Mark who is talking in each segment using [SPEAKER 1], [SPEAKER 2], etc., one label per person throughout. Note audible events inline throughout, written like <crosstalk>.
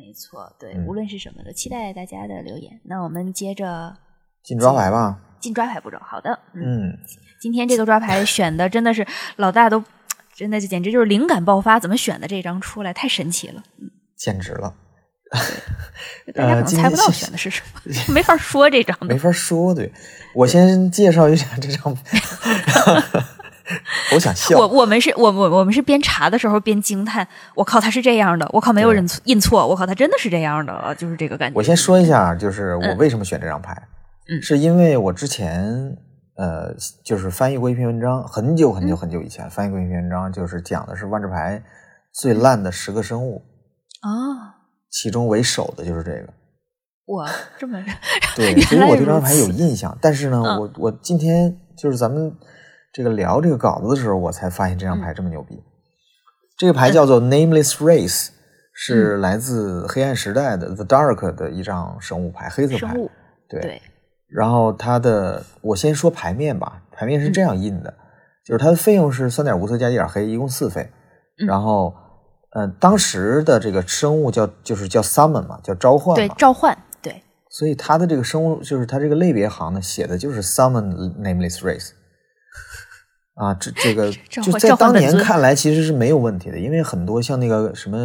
[SPEAKER 1] 没错，对，
[SPEAKER 2] 嗯
[SPEAKER 1] 无论是什么的，期待大家的留言。那我们接着
[SPEAKER 2] 进抓牌吧。
[SPEAKER 1] 进抓牌步骤。好的，嗯，
[SPEAKER 2] 嗯，
[SPEAKER 1] 今天这个抓牌选的真的是老大都，真的就简直就是灵感爆发，怎么选的这张出来太神奇了，
[SPEAKER 2] 简直了，
[SPEAKER 1] 大家可能
[SPEAKER 2] 呃今
[SPEAKER 1] 猜不到
[SPEAKER 2] 天
[SPEAKER 1] 选的是什么，
[SPEAKER 2] <laughs>
[SPEAKER 1] 没法说这张
[SPEAKER 2] 没
[SPEAKER 1] 的。
[SPEAKER 2] 法说。对，我先介绍一下这
[SPEAKER 1] <laughs>
[SPEAKER 2] 张，我想
[SPEAKER 1] 我
[SPEAKER 2] 笑。
[SPEAKER 1] 我们是我我我们是边查的时候边惊叹，我靠，它是这样的，我靠，没有
[SPEAKER 2] 对
[SPEAKER 1] 人错印错，我靠，它真的是这样的，啊就是这个感觉。
[SPEAKER 2] 我先说一下，就是我为什么选这张牌，
[SPEAKER 1] 嗯
[SPEAKER 2] 是因为我之前呃，就是翻译过一篇文章，很久
[SPEAKER 1] 嗯
[SPEAKER 2] 很久很久以前、翻译过一篇文章，就是讲的是万智牌最烂的十个生物，
[SPEAKER 1] 哦，
[SPEAKER 2] 其中为首的就是这个。
[SPEAKER 1] 我这
[SPEAKER 2] <laughs>
[SPEAKER 1] 么
[SPEAKER 2] 对，
[SPEAKER 1] 原
[SPEAKER 2] 所以
[SPEAKER 1] 来
[SPEAKER 2] 我对这
[SPEAKER 1] 如
[SPEAKER 2] 张牌有
[SPEAKER 1] 此
[SPEAKER 2] 印象。但是呢，
[SPEAKER 1] 嗯
[SPEAKER 2] 我我今天就是咱们这个聊这个稿子的时候，我才发现这
[SPEAKER 1] 嗯
[SPEAKER 2] 张牌这么牛逼。这个牌叫做 Nameless Race，是
[SPEAKER 1] 嗯
[SPEAKER 2] 来自黑暗时代的 The Dark 的一张生物牌，黑色牌
[SPEAKER 1] 生。物，
[SPEAKER 2] 对。
[SPEAKER 1] 对，
[SPEAKER 2] 然后它的，我先说牌面吧，牌面
[SPEAKER 1] 嗯
[SPEAKER 2] 是这样印的，就是它的费用是三点无色加一点黑，一共四费。
[SPEAKER 1] 嗯
[SPEAKER 2] 然后，嗯、当时的这个生物叫就是叫 summon 嘛，叫召唤嘛。
[SPEAKER 1] 对召唤，对，
[SPEAKER 2] 所以它的这个生物，就是它这个类别行呢，写的就是 summon nameless race。啊，这这个
[SPEAKER 1] 召
[SPEAKER 2] 就
[SPEAKER 1] 唤
[SPEAKER 2] 在
[SPEAKER 1] 召唤
[SPEAKER 2] 当
[SPEAKER 1] 本
[SPEAKER 2] 年
[SPEAKER 1] 尊
[SPEAKER 2] 看来其实是没有问题的，因为很多像那个什么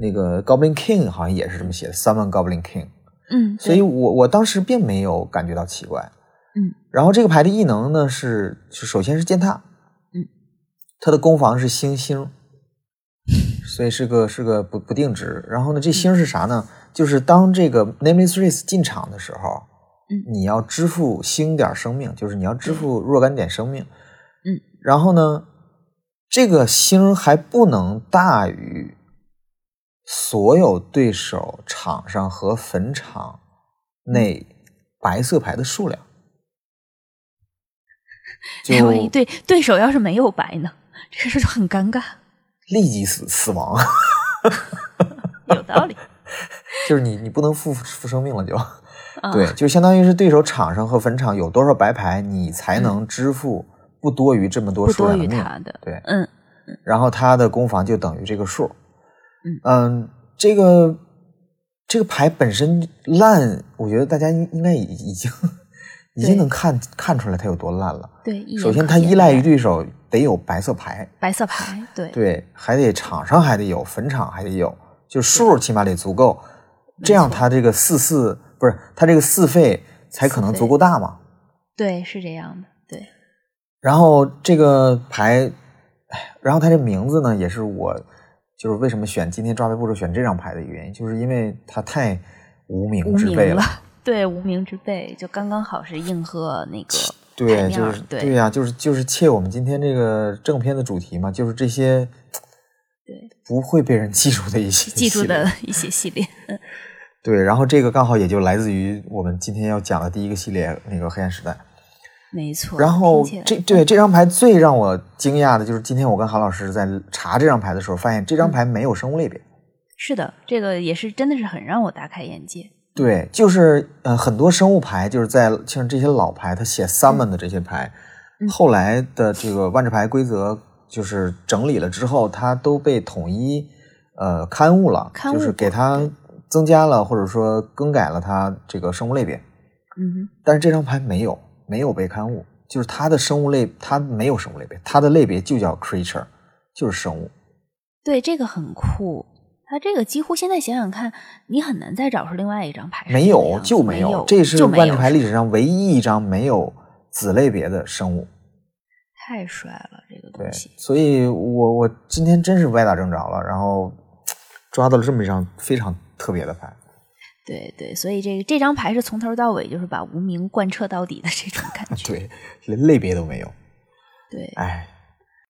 [SPEAKER 2] 那个 Goblin King 好像也是这么写的，summon Goblin King。
[SPEAKER 1] 嗯，
[SPEAKER 2] 所以
[SPEAKER 1] 对
[SPEAKER 2] 我我当时并没有感觉到奇怪。
[SPEAKER 1] 嗯，
[SPEAKER 2] 然后这个牌的异能呢是，是首先是践踏，
[SPEAKER 1] 嗯，
[SPEAKER 2] 它的攻防是星星，所以是个是个不不定值。然后呢，
[SPEAKER 1] 嗯
[SPEAKER 2] 这星是啥呢？就是当这个 Nameless Race 进场的时候，
[SPEAKER 1] 嗯
[SPEAKER 2] 你要支付星点生命，就是你要支付若干点生命，
[SPEAKER 1] 嗯，
[SPEAKER 2] 然后呢，这个星还不能大于所有对手场上和坟场
[SPEAKER 1] 嗯
[SPEAKER 2] 内白色牌的数量。
[SPEAKER 1] <laughs>
[SPEAKER 2] 就
[SPEAKER 1] 哎万一对对手要是没有白呢，这个事就很尴尬。
[SPEAKER 2] 立即死死亡， <laughs>
[SPEAKER 1] 有道理，
[SPEAKER 2] 就是你你不能付付生命了就。
[SPEAKER 1] 啊、 <laughs>
[SPEAKER 2] 对，就相当于是对手场上和坟场有多少白牌，你才能支付不多于这么多
[SPEAKER 1] 嗯不
[SPEAKER 2] 数
[SPEAKER 1] 多
[SPEAKER 2] 量的
[SPEAKER 1] 于
[SPEAKER 2] 命。
[SPEAKER 1] 他的，
[SPEAKER 2] 对，
[SPEAKER 1] 嗯，
[SPEAKER 2] 然后他的攻防就等于这个数。
[SPEAKER 1] 嗯
[SPEAKER 2] 这个这个牌本身烂，我觉得大家应应该已已经已
[SPEAKER 1] 对
[SPEAKER 2] 经能看看出来它有多烂了。
[SPEAKER 1] 对。一
[SPEAKER 2] 首
[SPEAKER 1] 言
[SPEAKER 2] 先，
[SPEAKER 1] 可
[SPEAKER 2] 它
[SPEAKER 1] 见
[SPEAKER 2] 依赖
[SPEAKER 1] 的
[SPEAKER 2] 于对手得有白色牌，
[SPEAKER 1] 白色牌，对，
[SPEAKER 2] 对，还得场上还得有，坟场还得有，就数起码得足够，这样
[SPEAKER 1] 错
[SPEAKER 2] 它这个四四不是它这个四费才可能
[SPEAKER 1] 四费
[SPEAKER 2] 足够大嘛。
[SPEAKER 1] 对是这样的，对，
[SPEAKER 2] 然后这个牌，哎，然后它这名字呢，也是我就是为什么选今天抓拍步骤选这张牌的一个原因，就是因为它太无名
[SPEAKER 1] 无
[SPEAKER 2] 之
[SPEAKER 1] 名
[SPEAKER 2] 辈
[SPEAKER 1] 了。对，无名之辈就刚刚好是应和那个牌
[SPEAKER 2] 对，
[SPEAKER 1] 面
[SPEAKER 2] 就
[SPEAKER 1] 儿
[SPEAKER 2] 是
[SPEAKER 1] 对
[SPEAKER 2] 呀、就是就是切我们今天这个正片的主题嘛，就是这些
[SPEAKER 1] 对
[SPEAKER 2] 不会被人记住的一些
[SPEAKER 1] 记住
[SPEAKER 2] 系列
[SPEAKER 1] 的一些系列， <laughs>
[SPEAKER 2] 对，然后这个刚好也就来自于我们今天要讲的第一个系列那个黑暗时代。
[SPEAKER 1] 没错。
[SPEAKER 2] 然
[SPEAKER 1] 听
[SPEAKER 2] 后
[SPEAKER 1] 起来
[SPEAKER 2] 这对这张牌最让我惊讶的就是今天我跟韩老师在查这张牌的时候，发现
[SPEAKER 1] 嗯
[SPEAKER 2] 这张牌没有生物类别。
[SPEAKER 1] 是的，这个也是真的是很让我大开眼界。
[SPEAKER 2] 对，就是呃，很多生物牌就是在像这些老牌，它写 summon 的这些牌，
[SPEAKER 1] 嗯
[SPEAKER 2] 后来的这个万智牌规则就是整理了之后，它都被统一呃刊物了，
[SPEAKER 1] 刊
[SPEAKER 2] 就是
[SPEAKER 1] 物
[SPEAKER 2] 给
[SPEAKER 1] 过
[SPEAKER 2] 它增加了或者说更改了它这个生物类别，
[SPEAKER 1] 嗯
[SPEAKER 2] 但是这张牌没有没有被刊物，就是它的生物类它没有生物类别，它的类别就叫 creature，就是生物。
[SPEAKER 1] 哼，对，这个很酷。它这个几乎现在想想看，你很难再找出另外一张牌是这个
[SPEAKER 2] 没有
[SPEAKER 1] 样子
[SPEAKER 2] 就
[SPEAKER 1] 哎没
[SPEAKER 2] 有，这是
[SPEAKER 1] 就没
[SPEAKER 2] 万智
[SPEAKER 1] 有
[SPEAKER 2] 牌历史上唯一一张没有子类别的生物。
[SPEAKER 1] 太帅了，这个
[SPEAKER 2] 对
[SPEAKER 1] 东西，。
[SPEAKER 2] 所以我我今天真是歪打正着了，然后抓到了这么一张非常特别的牌。
[SPEAKER 1] 对对，所以这个这张牌是从头到尾啊就是把无名贯彻到底的这种感觉。
[SPEAKER 2] 对，连类别都没有。
[SPEAKER 1] 对
[SPEAKER 2] 哎，